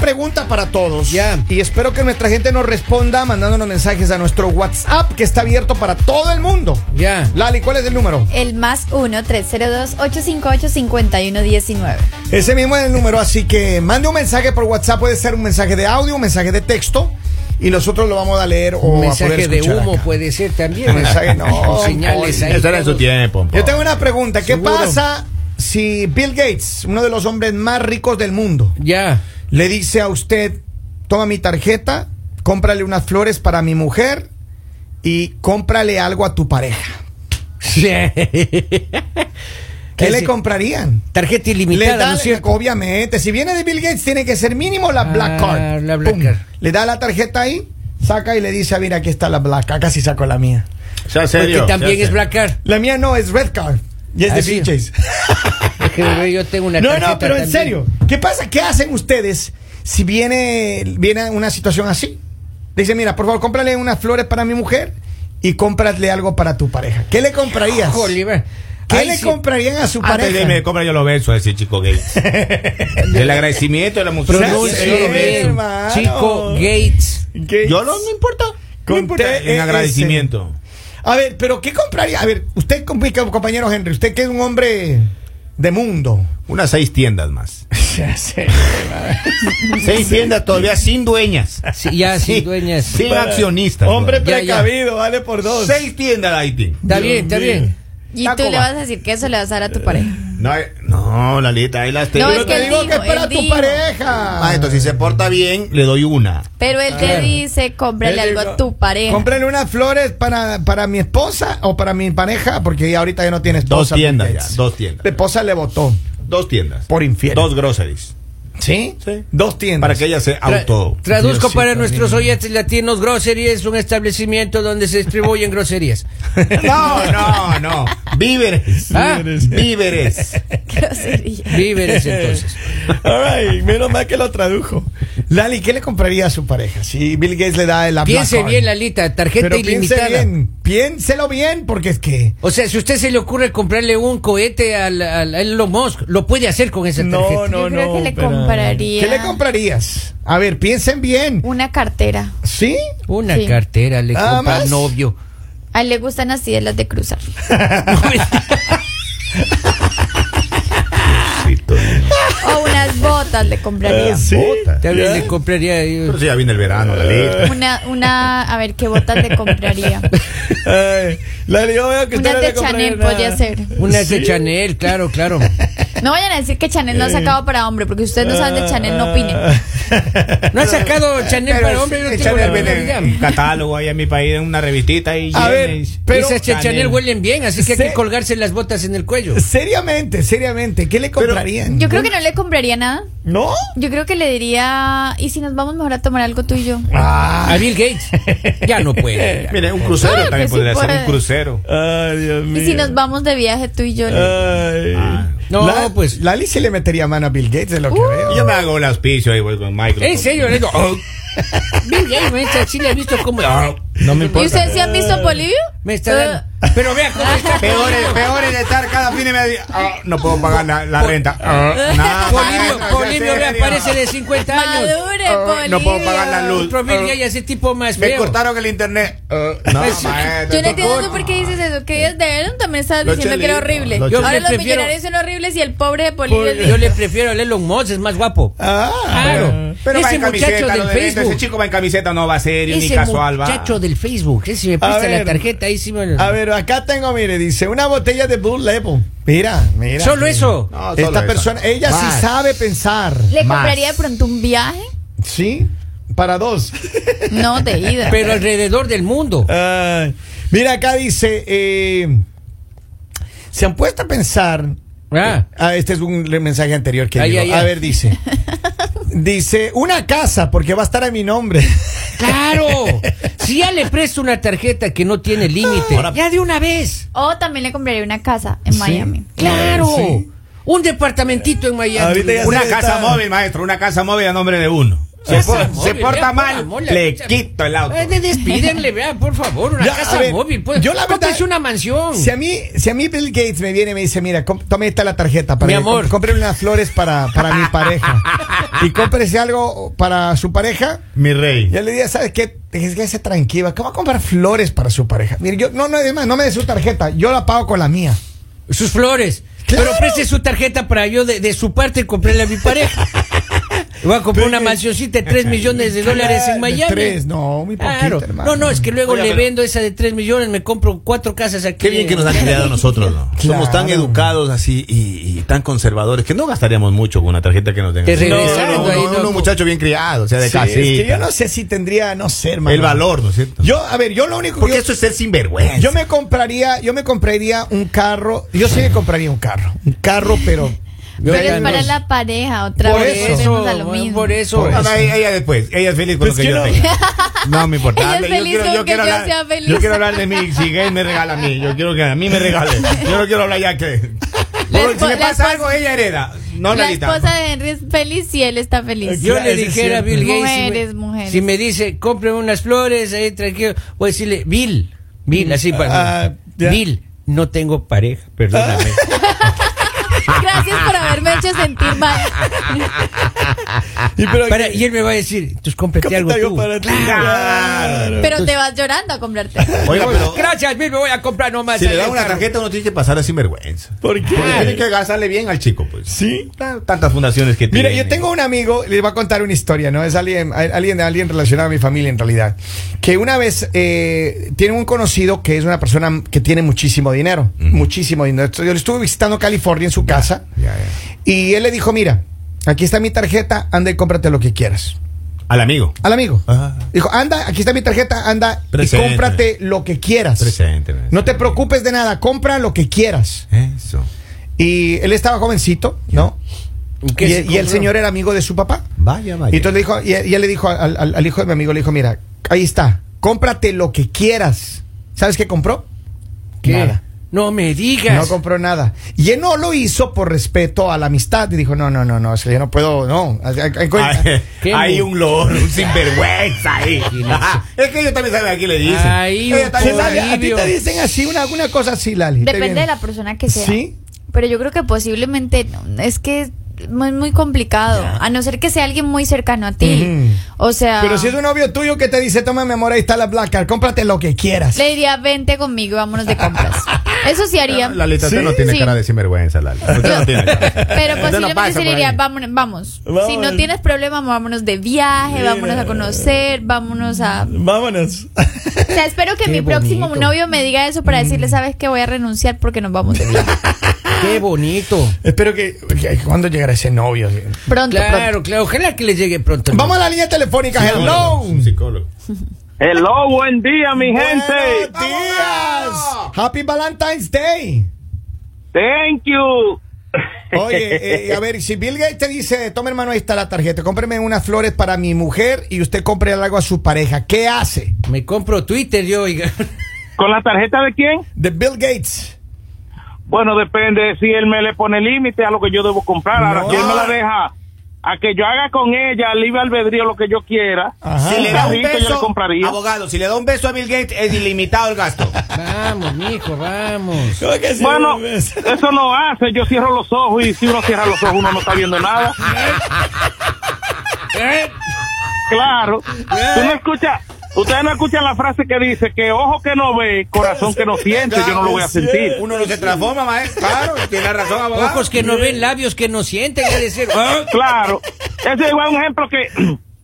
pregunta para todos. Y espero que nuestra gente nos responda mandándonos mensajes a nuestro WhatsApp que está abierto para todo el mundo. Ya. Lali, ¿cuál es el número? El más 1-302-858-5119. Ese mismo es el número, así que mande un mensaje por WhatsApp, puede ser un mensaje de audio, un mensaje de texto, y nosotros lo vamos a leer o Un a mensaje poder de escuchar humo acá. puede ser también. Mensaje, no, Señales ahí. Eso era en su tiempo. Yo tengo una pregunta, ¿qué Seguro. pasa si Bill Gates, uno de los hombres más ricos del mundo, Ya. le dice a usted, toma mi tarjeta, cómprale unas flores para mi mujer y cómprale algo a tu pareja? ¿Qué Es- le comprarían? Tarjeta Le ilimitada, da, ¿no es cierto? obviamente, si viene de Bill Gates tiene que ser mínimo la Ah, Black Card. la Black Pum. Card. Le da la tarjeta ahí, saca y le dice, "Ah, mira, aquí está la Black. Acá sí saco la mía. Sea Porque serio. también sea es serio. Black Card. La mía no, es Red Card. Y es Ah, de sí. BJ's. Es que yo tengo una No, tarjeta no, pero en también. serio. ¿Qué pasa? ¿Qué hacen ustedes si viene, viene una situación así? Dice, mira, por favor, cómprale unas flores para mi mujer y cómprale algo para tu pareja. ¿Qué le comprarías? Híjole, va. ¿Qué Ay, le sí. comprarían a su Antes de pareja? irme, compra yo los besos a ese chico gay. el agradecimiento de la música. Pronuncia Yo los Pronuncie bien, beso. bien, hermano. Chico Gates. ¿Qué? Yo no, no importa. Con No importa. TS. eh, En agradecimiento. A ver, pero ¿qué compraría? A ver, usted, compi- compañero Henry, usted que es un hombre de mundo. Unas seis tiendas más. seis tiendas todavía sin dueñas. Sí, ya, sin dueñas. Sin accionistas. Hombre Ya, ya. precavido, vale por dos. Seis tiendas, Haití. Está bien, está bien. Y Taco tú le va. vas a decir que eso le vas a dar a tu pareja. No, eh, no, Lalita, ahí las No, tengo. es Pero te él digo que dijo, es para él tu dijo. pareja. Ah, entonces si se porta bien, le doy una. Pero él te dice, cómprale Él algo dijo, a tu pareja. Cómprale unas flores para, para mi esposa o para mi pareja, porque ya ahorita ya no tiene Dos esposa. tiendas Bill Gates. ya, dos tiendas. La esposa le votó. Dos tiendas. Por infiel. Dos groceries. ¿Sí? Sí. Dos tiendas. Para que ella se Tra- auto. traduzco Diosito, para nuestros dime. oyentes latinos, grosería es un establecimiento donde se distribuyen groserías. No, no, no. Víveres. Ah. Víveres. Grosería. Víveres entonces. All right, menos mal que lo tradujo. Lali, ¿qué le compraría a su pareja si Bill Gates le da el Black Piense Card? bien, Lalita, tarjeta Pero piense ilimitada. bien, piénselo bien, porque es que O sea, si a usted se le ocurre comprarle un cohete al, al a Elon Musk, lo puede hacer con esa No, tarjeta. no, Yo creo no, que le espera. compraría ¿Qué le comprarías? A ver, piensen bien. una cartera. ¿Sí? Una Sí. cartera le ¿Nada compra más? al novio. A él le gustan así de las de cruzar. O unas botas le compraría. Ah, ¿Sí? Tal vez le compraría eh, Pero si ya viene el verano, Eh. Lalita. Una, una, a ver, ¿qué botas le compraría? Ay, Eh, Lali, yo veo que usted Unas no le de compraría Chanel nada. podría ser. unas de Chanel, claro, claro. No vayan a decir que Chanel no ha sacado para hombre, porque si ustedes no saben de Chanel, Ah. no opinen. No ha sacado Chanel eh, Pero para hombre, yo no sí, tengo Chanel la viene- menor idea. Un catálogo ahí en mi país, en una revistita y A ver, pero- Esas de Chanel huelen bien, así que hay Sí. que colgarse las botas en el cuello. Seriamente, seriamente, ¿qué le comprarían? Yo creo que no le compraría nada. ¿No? Yo creo que le diría, ¿y si nos vamos mejor a tomar algo tú y yo? A Bill Gates. Ya no Eh. puede. ya. Mire, un crucero Claro que también sí podría ser puede. un crucero. Ay, Dios mío. ¿Y si nos vamos de viaje tú y yo? Ah, Ay. No, Ah. La- pues. Lali sí le metería mano a Bill Gates, de lo que Uh. veo. Yo me hago el auspicio ahí voy con Michael. En serio, le digo. oh. Bill Gates, me dice, sí le he visto como. oh, no me ¿Y importa. ustedes sí han visto Bolivia? Me está Ah. dando. Pero vea cómo está. Peor es, peor es estar cada fin de mes. ah, no puedo pagar la, la renta. Ah, nada. Polibio, Polibio, vea, serio. parece de 50 años. Madure, Ah, no puedo pagar la Bolivia. luz. Ah. Otro Bill Ah. Gates, ese tipo más Me feo. cortaron el internet. Uh, Ah, no, maestro, Yo no entiendo por- tú por qué dices eso. Que ellos de Elon también estaban Los diciendo que era horrible. chelitos, los Ahora chelitos. los Yo prefiero- millonarios son horribles y el pobre de Bolivia. Yo le prefiero al Elon Musk, es más guapo. Ah, Claro. Pero va ese en muchacho camiseta, del lo de dentro, ese Facebook. chico va en camiseta, no va serio ni Ese casual, va. muchacho del Facebook. Ese me presta la ver. tarjeta, ahí sí me lo- A ver, acá tengo, mire, dice, una botella de Bull Label. Mira, mira. Solo mira. eso. No, solo Esta eso. persona, ella sí Más. sabe pensar. ¿Le Más. compraría de pronto un viaje? ¿Sí? Para dos. No, de ida. Pero alrededor del mundo. Ah. Ay, mira, acá dice, eh, se han puesto a pensar Ah, Ah, este es un le- mensaje anterior que Ay, llegó. ay, A ay. ver, dice. Dice, una casa, porque va a estar a mi nombre. claro. Si ya le presto una tarjeta que no tiene límite, Ahora- ya de una vez. O también le compraría una casa en Miami. Claro. Sí. Un departamentito en Miami. Ahorita ya Una Sí, casa está. móvil, maestro, una casa móvil a nombre de uno. Se, Casa por- móvil, se porta vea, por mal, amor, la le pucha. quito el auto. Eh, de- Despídenle, vea, por favor, una Ya, casa a ver, móvil. Pues, yo la verdad- cómprese una mansión. Si a mí, si a mí Bill Gates me viene y me dice, mira, com- tome esta la tarjeta para Mi amor. com- cómprele unas flores para, para mi pareja y cómprese algo para su pareja. Mi rey. Yo le diría, ¿sabes qué? Déjese tranquila, que va a comprar flores para su pareja. Mire, yo, no, no, es más, no me dé su tarjeta, yo la pago con la mía. Sus flores. ¡Claro! Pero preste su tarjeta para yo de, de su parte comprarle a mi pareja. Voy a comprar una mansioncita de 3 millones de dólares Ah, De en Miami. tres, no, muy poquito, Claro. hermano. No, no, es que luego Oiga, le pero- vendo esa de 3 millones, me compro cuatro casas aquí. Qué bien que nos han en- criado a nosotros, ¿no? Somos tan Claro. educados así y, y tan conservadores que no gastaríamos mucho con una tarjeta que nos den. Te así. regresando No, no, ahí, no, loco. uno muchacho bien criado, o sea, de Sí, casita. es que yo no sé si tendría, no sé, hermano. El valor, ¿no es cierto? Yo, a ver, yo lo único Porque que. yo- eso es ser sinvergüenza. Yo me compraría, yo me compraría un carro. Yo sí me compraría un carro. Un carro, pero. Yo Pero ya es no- para la pareja, otra Por vez eso. volvemos a lo bueno, mismo. por eso. Por No, eso. no, ella, ella después, ella es feliz con Pues lo Pues. que yo quiero- tengo. No me importa. Ella es Yo feliz con que yo hablar, sea feliz. yo quiero hablar de mí. Si gay me regala a mí, yo quiero que a mí me regale. Yo no quiero hablar ya que. Porque si espo- le la pasa esposa- algo, ella hereda. No La Lalita. esposa de Henry es feliz y él está feliz. Yo Claro, le eso es dijera a Bill Gates. Mujeres, si, me, mujeres. si me dice, cómpreme unas flores, ahí tranquilo. Voy a decirle, Bill, Bill, así para. Ah, ya. Bill, no tengo pareja, perdóname. Gracias por haberme hecho sentir mal. Y, pero- Para- y él me va a decir, pues cómprate Capitán, algo yo tú. para ti. Claro. Pero te vas llorando a comprarte. Oiga, pero Gracias, Bill, me voy a comprar nomás. si le ahí da el una carro. tarjeta uno tiene que pasar a sinvergüenza. ¿Por qué? Porque tiene que gastarle bien al chico, pues. Sí. Tan- Tantas fundaciones que tiene. Mira, yo tengo un amigo, les voy a contar una historia, ¿no? Es alguien, a- alguien, alguien relacionado a mi familia en realidad. Que una vez eh, tiene un conocido que es una persona que tiene muchísimo dinero. Muchísimo dinero. Entonces, Yo le estuve visitando California en su casa. Ya, ya. Y él le dijo, mira, aquí está mi tarjeta, anda y cómprate lo que quieras. Al amigo. Al amigo. Ajá. Dijo, anda, aquí está mi tarjeta, anda Presente. y cómprate lo que quieras. Presente, presente. No te preocupes de nada, compra lo que quieras. Eso. Y él estaba jovencito, ¿no? ¿Y Y, qué se y el compró? señor era amigo de su papá. Vaya, vaya. Y entonces le dijo, y, y él le dijo al, al- al hijo de mi amigo, le dijo, mira, ahí está, cómprate lo que quieras. ¿Sabes qué compró? ¿Qué? Nada. No me digas. No compró nada. Y él no lo hizo por respeto a la amistad. Y dijo, no, no, no, no, o sea, yo no puedo, no. Hay- hay- hay- Ay, Qué hay mu- un loro, un sinvergüenza ahí. Imagínense. es que ellos también saben a quién le dicen. Ahí, Ellos un también poco saben. Lali, a ti te dicen así una, una cosa así, Lali. te Depende viene. de la persona que sea. Sí. Pero yo creo que posiblemente no. es que es muy, muy complicado. A no ser que sea alguien muy cercano a ti. O sea, Pero si es un novio tuyo que te dice, toma mi amor, ahí está la Black Card, cómprate lo que quieras. le diría, vente conmigo, vámonos de compras. Eso sí haría. Lalita, ¿Sí? usted no tiene Sí. cara de sinvergüenza, Lalita. Usted no tiene cara. Pero Usted no posiblemente pasa sí le por diría, ahí. vámonos, vamos. Si Vámonos. no tienes problema, vámonos de viaje, vámonos a conocer, vámonos a... Vámonos. O sea, espero que Qué mi próximo bonito. novio me diga eso para decirle, Mm. sabes que voy a renunciar porque nos vamos de viaje. Qué bonito. Espero que, que- ¿Cuándo llegará ese novio? Pronto, pronto. Claro, claro. Ojalá que le llegue pronto. Vamos a la línea telefónica, hello. Un psicólogo. Hello, buen día, mi gente. Buenos días. Happy Valentine's Day. Thank you. Oh. Oye, eh, a ver, si Bill Gates te dice, toma hermano, ahí está la tarjeta, cómpreme unas flores para mi mujer y usted compre algo a su pareja, ¿qué hace? Me compro Twitter yo, oiga. ¿Con la tarjeta de quién? De Bill Gates. Bueno, depende si él me le pone límite a lo que yo debo comprar. Ahora, No. si él me la deja a que yo haga con ella, libre albedrío, lo que yo quiera. Ajá. Si le da un Lalita, yo le beso, compraría. abogado, si le da un beso a Bill Gates, es ilimitado el gasto. Vamos, mijo, vamos. Bueno, eso no hace. Yo cierro los ojos y si uno cierra los ojos, uno no está viendo nada. Eh, Claro. Tú no escuchas. Ustedes no escuchan la frase que dice que ojo que no ve, corazón que no siente, yo no lo voy a sentir. Uno no se transforma, maestro. Claro, tiene razón, abogado. Ojos que no ven, labios que no sienten. Es decir, ah, Claro. Ese es igual un ejemplo que,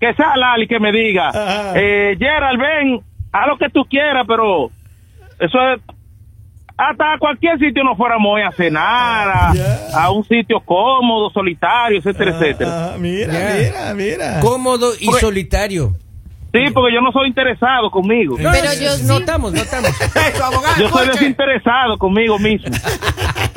que sea Lali que me diga, Ajá. eh, Gerald, ven, haz lo que tú quieras, pero eso es... Hasta a cualquier sitio nos fuéramos hoy a cenar, a, a un sitio cómodo, solitario, etcétera, etcétera. Ah, mira, Ya. mira, mira. Ah, cómodo y Oye. solitario. Sí, porque yo no soy interesado conmigo. No, Pero no, yo sí. Notamos, notamos. Eso, abogado. Yo soy coche. desinteresado conmigo mismo.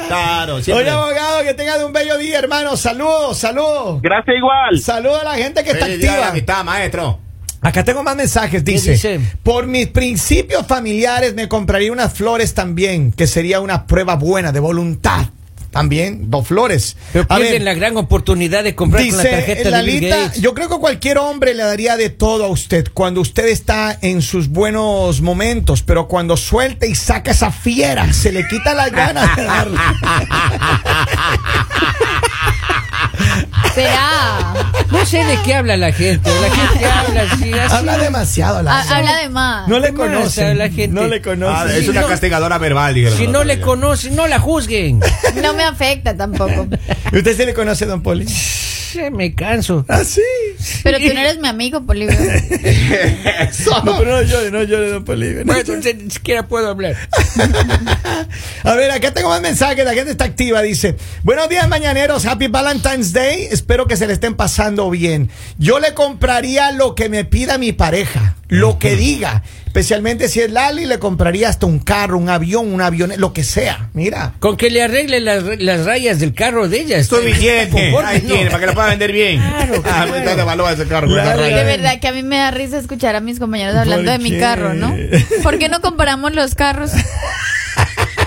Claro, Oye, siempre. abogado, que tengas un bello día, hermano. Saludos, saludos. Gracias igual. Saludos a la gente que está Feliz día de la activa. mitad, maestro. Acá tengo más mensajes, dice, dice? Por mis principios familiares me compraría unas flores también, que sería una prueba buena de voluntad. también, dos flores. Pero A ver, pierden la gran oportunidad de comprar con la Dice tarjeta de Bill Lalita, Gates. yo creo que cualquier hombre le daría de todo a usted cuando usted está en sus buenos momentos, pero cuando suelta y saca esa fiera, se le quita las ganas de darle. Será. No sé de qué habla la gente. La gente habla así. así. Habla demasiado, la Ha- habla de más. No le ¿Qué más conoce. sabe la gente? No le Ah, conoce. es una castigadora verbal, dijeron. Si no le conocen, no la juzguen. No me afecta tampoco. ¿Y ¿Usted sí le conoce, don Poli? Se me canso. Ah, sí. Pero tú no eres mi amigo, Polibio. No, pero no llore, no llore, don Poli. No Bueno, llore. entonces ni siquiera puedo hablar. A ver, acá tengo más mensajes, la gente está activa, dice. Buenos días, mañaneros, happy Valentine's Day, espero que se le estén pasando bien. Yo le compraría lo que me pida mi pareja, lo que diga, especialmente si es Lali, le compraría hasta un carro, un avión, un avión, lo que sea, mira. Con que le arregle las, las rayas del carro de ella. Su billete. Conforme, Ahí ¿no? tiene, para que lo pueda vender bien. Claro, Ah, claro. entonces evalúa ese carro. Claro. esa De raya. verdad que a mí me da risa escuchar a mis compañeros hablando ¿Por de mi qué? carro, ¿no? ¿Por qué no comparamos los carros?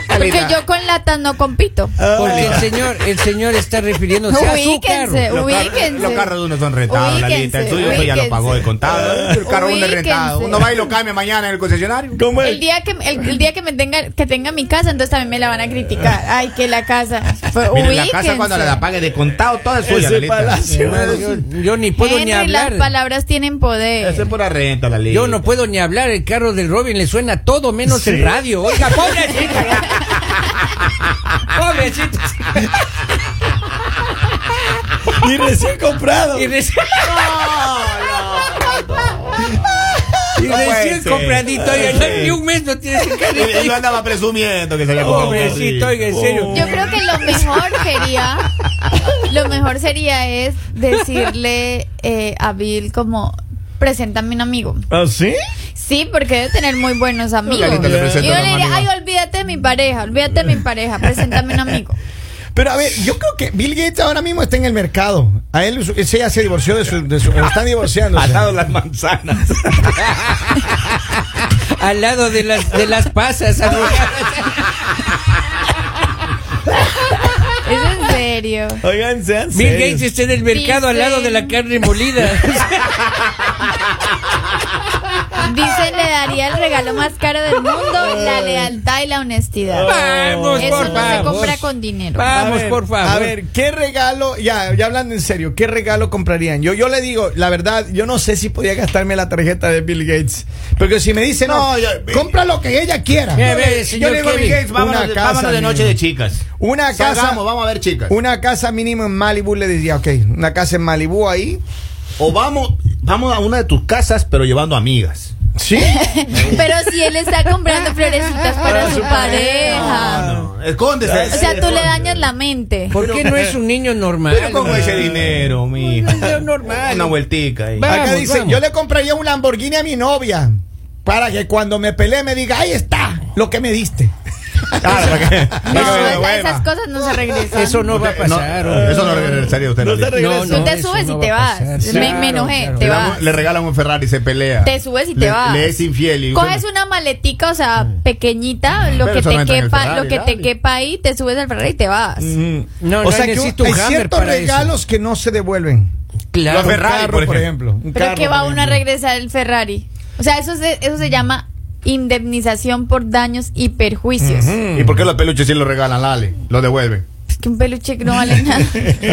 Porque yo con latas no compito. Ah, Porque el señor, el señor está refiriéndose a su carro. Ubíquense, Los car- ubíquense. Los carros de uno son rentados, la lista. El Ubíquense, suyo pues, ya lo ubíquense. pagó el contado. El carro uno es rentado. Ubíquense. Uno va y lo cambia mañana en el concesionario. ¿Cómo El día que el, el día que me tenga que tenga mi casa, entonces también me la van a criticar. Ay, que la casa. Pero Mire, la casa ubíquense. cuando la pague de contado, toda es suya. Ese la lista. palacio. Hermano, Yo, yo ni puedo Henry, ni las hablar. palabras tienen poder. Esa es pura renta, la lista. Yo no puedo ni hablar. El carro del Robin le suena todo menos Sí. el radio. Oiga, pobrecita. ya. pobrecita. Y recién comprado. Y recién, y No puede recién ser. compradito. Oiga, no, ni un mes no tiene ese carro. Él no andaba presumiendo que se había comprado un Oh. carro. Pobrecito, oiga, en serio. Yo creo que lo mejor sería, lo mejor sería es decirle eh, a Bill como preséntame un amigo. ¿Ah, sí? Sí, porque debe tener muy buenos amigos. Y Clarita uno le le presenta a los diría, ay, amigos. olvídate de mi pareja, olvídate de mi pareja, preséntame un amigo. Pero a ver, yo creo que Bill Gates ahora mismo está en el mercado. A él, su- ese ya se divorció de su. De su están divorciando. Atado las manzanas. Al lado de las, de las pasas. arrugadas. Es en serio. Oigan, sean Bill Gates está en el mercado al lado de la carne molida. Dice, le daría el regalo más caro del mundo, la lealtad y la honestidad. Vamos, Eso por no favor. se compra con dinero. A Vamos, ver, por favor. A ver, ¿qué regalo, ya, ya hablando en serio, qué regalo comprarían? Yo, yo le digo, la verdad, yo no sé si podía gastarme la tarjeta de Bill Gates. Porque si me dice, no, No, yo- compra lo que ella quiera. Eh, ve, yo señor le digo, a Bill Kevin, Gates, vámonos, Vámonos, de- casa, vámonos de mínimo. noche de chicas. Una casa, Salgamos, vamos a ver chicas. una casa mínimo en Malibu, le diría, ok, una casa en Malibu ahí. O vamos, vamos a una de tus casas, pero llevando amigas. Sí. Pero si él está comprando florecitas para su Ah, pareja. No, no, escóndese. Ah. O sea, tú le dañas la mente. ¿Por qué no es un niño normal? Pero con ese dinero, mijo. Un niño normal. Una vueltica ahí. Va. Acá Vamos, dice, vamos. yo le compraría un Lamborghini a mi novia. Para que cuando me pelee me diga, ahí está, lo que me diste. Claro, para que- No, para que me esa- devuelva. esas cosas no se regresan. Eso no va a pasar. No, hombre. eso no regresaría a usted. No Lali. se re- No, Tú te eso subes no y va te a vas. pasar. Me, Claro, me enojé, claro. te le, vas. damos- le regalan un Ferrari, se pelea. Te subes y Le- te vas. Le es infiel. y- Coges una maletica, o sea, pequeñita, lo Pero que eso no te entra en el quepa, Ferrari, lo que te dale. quepa ahí, te subes al Ferrari y te vas. Mm, No, o no sea que necesito un hay Hammer ciertos para eso. regalos que no se devuelven. Claro. Los Ferrari, carro, por por ejemplo. un Pero carro, que va por uno a ejemplo. regresar el Ferrari. O sea, eso se, eso se llama indemnización por daños y perjuicios. ¿Y por qué los peluches sí los regalan, Lali? Los devuelven. Es que un peluche que no vale nada.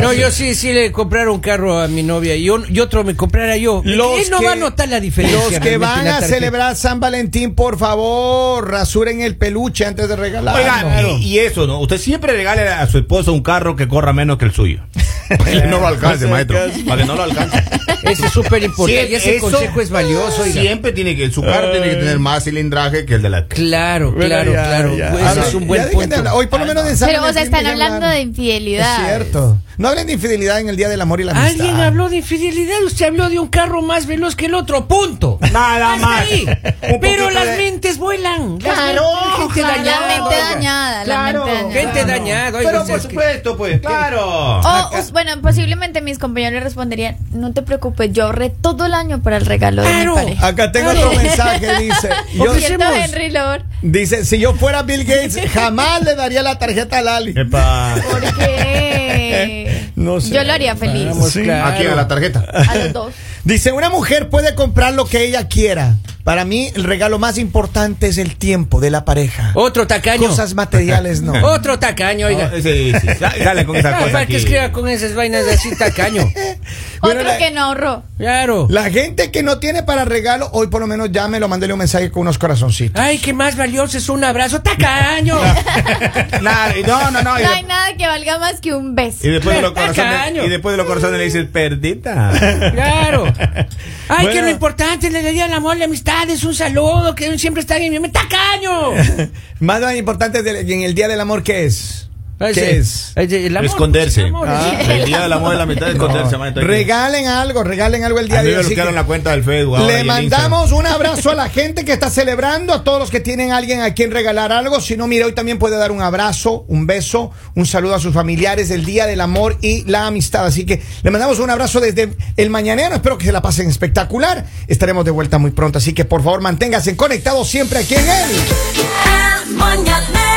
No, yo sí, sí le comprara un carro a mi novia y, un- y otro me comprara yo. Los Él no que- va a notar la diferencia. Los que realmente en van la a tarjeta. celebrar San Valentín, por favor, rasuren el peluche antes de regalar. Oiga, y, y eso, ¿no? Usted siempre regale a su esposo un carro que corra menos que el suyo. Para que no lo alcance, maestro. Para que no lo alcance. Ese es súper importante. Siempre- Y ese eso- consejo es valioso. oiga. Siempre tiene que, su carro tiene que tener más cilindraje que el de la Claro, claro, claro. Pues Ah, ese no, es un ya buen dejen de punto. hablar. Hoy por lo menos en San Pero, o sea, Valentín están ya hablando hablaron. de infidelidad. Es cierto. No hablen de infidelidad en el Día del Amor y la Amistad. Alguien habló de infidelidad, usted habló de un carro más veloz que el otro, punto. Nada Hasta ahí. Pero las mentes vuelan. Las Claro, mentes- gente La mente dañada. dañada, la mente dañada. Gente dañada. oiga, Pero o sea, por es que- Oh. supuesto, pues, claro. O, us- bueno, posiblemente mis compañeros le responderían, no te preocupes, yo ahorré todo el año para el regalo de Claro. mi pareja. Acá tengo otro mensaje, dice. yo- Por cierto, Ofrecemos- Henry Lord, dice, si yo fuera Bill Gates, jamás le daría la tarjeta a Lali. Epa. porque No sé. yo lo haría feliz Vamos, Sí. claro. Aquí a la tarjeta. a los dos. Dice, una mujer puede comprar lo que ella quiera. Para mí, el regalo más importante es el tiempo de la pareja. Otro tacaño. Cosas materiales no. Oh, Otro tacaño, oiga. No, sí, sí. Ya- Dale con esa Claro, cosa para aquí. que escriba con esas vainas así tacaño. Bueno, Otro la- que no ahorró. Claro. La gente que no tiene para regalo, hoy por lo menos llámelo, mándele un mensaje con unos corazoncitos. Ay, qué más valioso es un abrazo tacaño. Nah, no, no, no. y No de- hay nada que valga más que un beso. Y después, de los Tacaño. corazones, y después de los corazones le dices, perdita. Claro. Ay, Bueno. que lo importante le daría el amor, la amistad, es un saludo, que siempre está bien. bien, ¡Tacaño! Más lo importante del- en el Día del Amor, ¿qué es? ¿Qué es? Ese- el amor, Esconderse. el amor, Ah. sí. El día del amor de la mitad de esconderse, man, entonces- Regalen algo, regalen algo el A día mí de me hoy. así bloquearon que la cuenta del Facebook. ahora y Le el mandamos un abrazo a la gente que está celebrando, a todos los que tienen a alguien a quien regalar algo. Si no, mira, hoy también puede dar un abrazo, un beso, un saludo a sus familiares, el Día del Amor y la Amistad. Así que le mandamos un abrazo desde el mañanero. Espero que se la pasen espectacular. Estaremos de vuelta muy pronto. Así que por favor, manténgase conectados siempre aquí en él. El mañanero.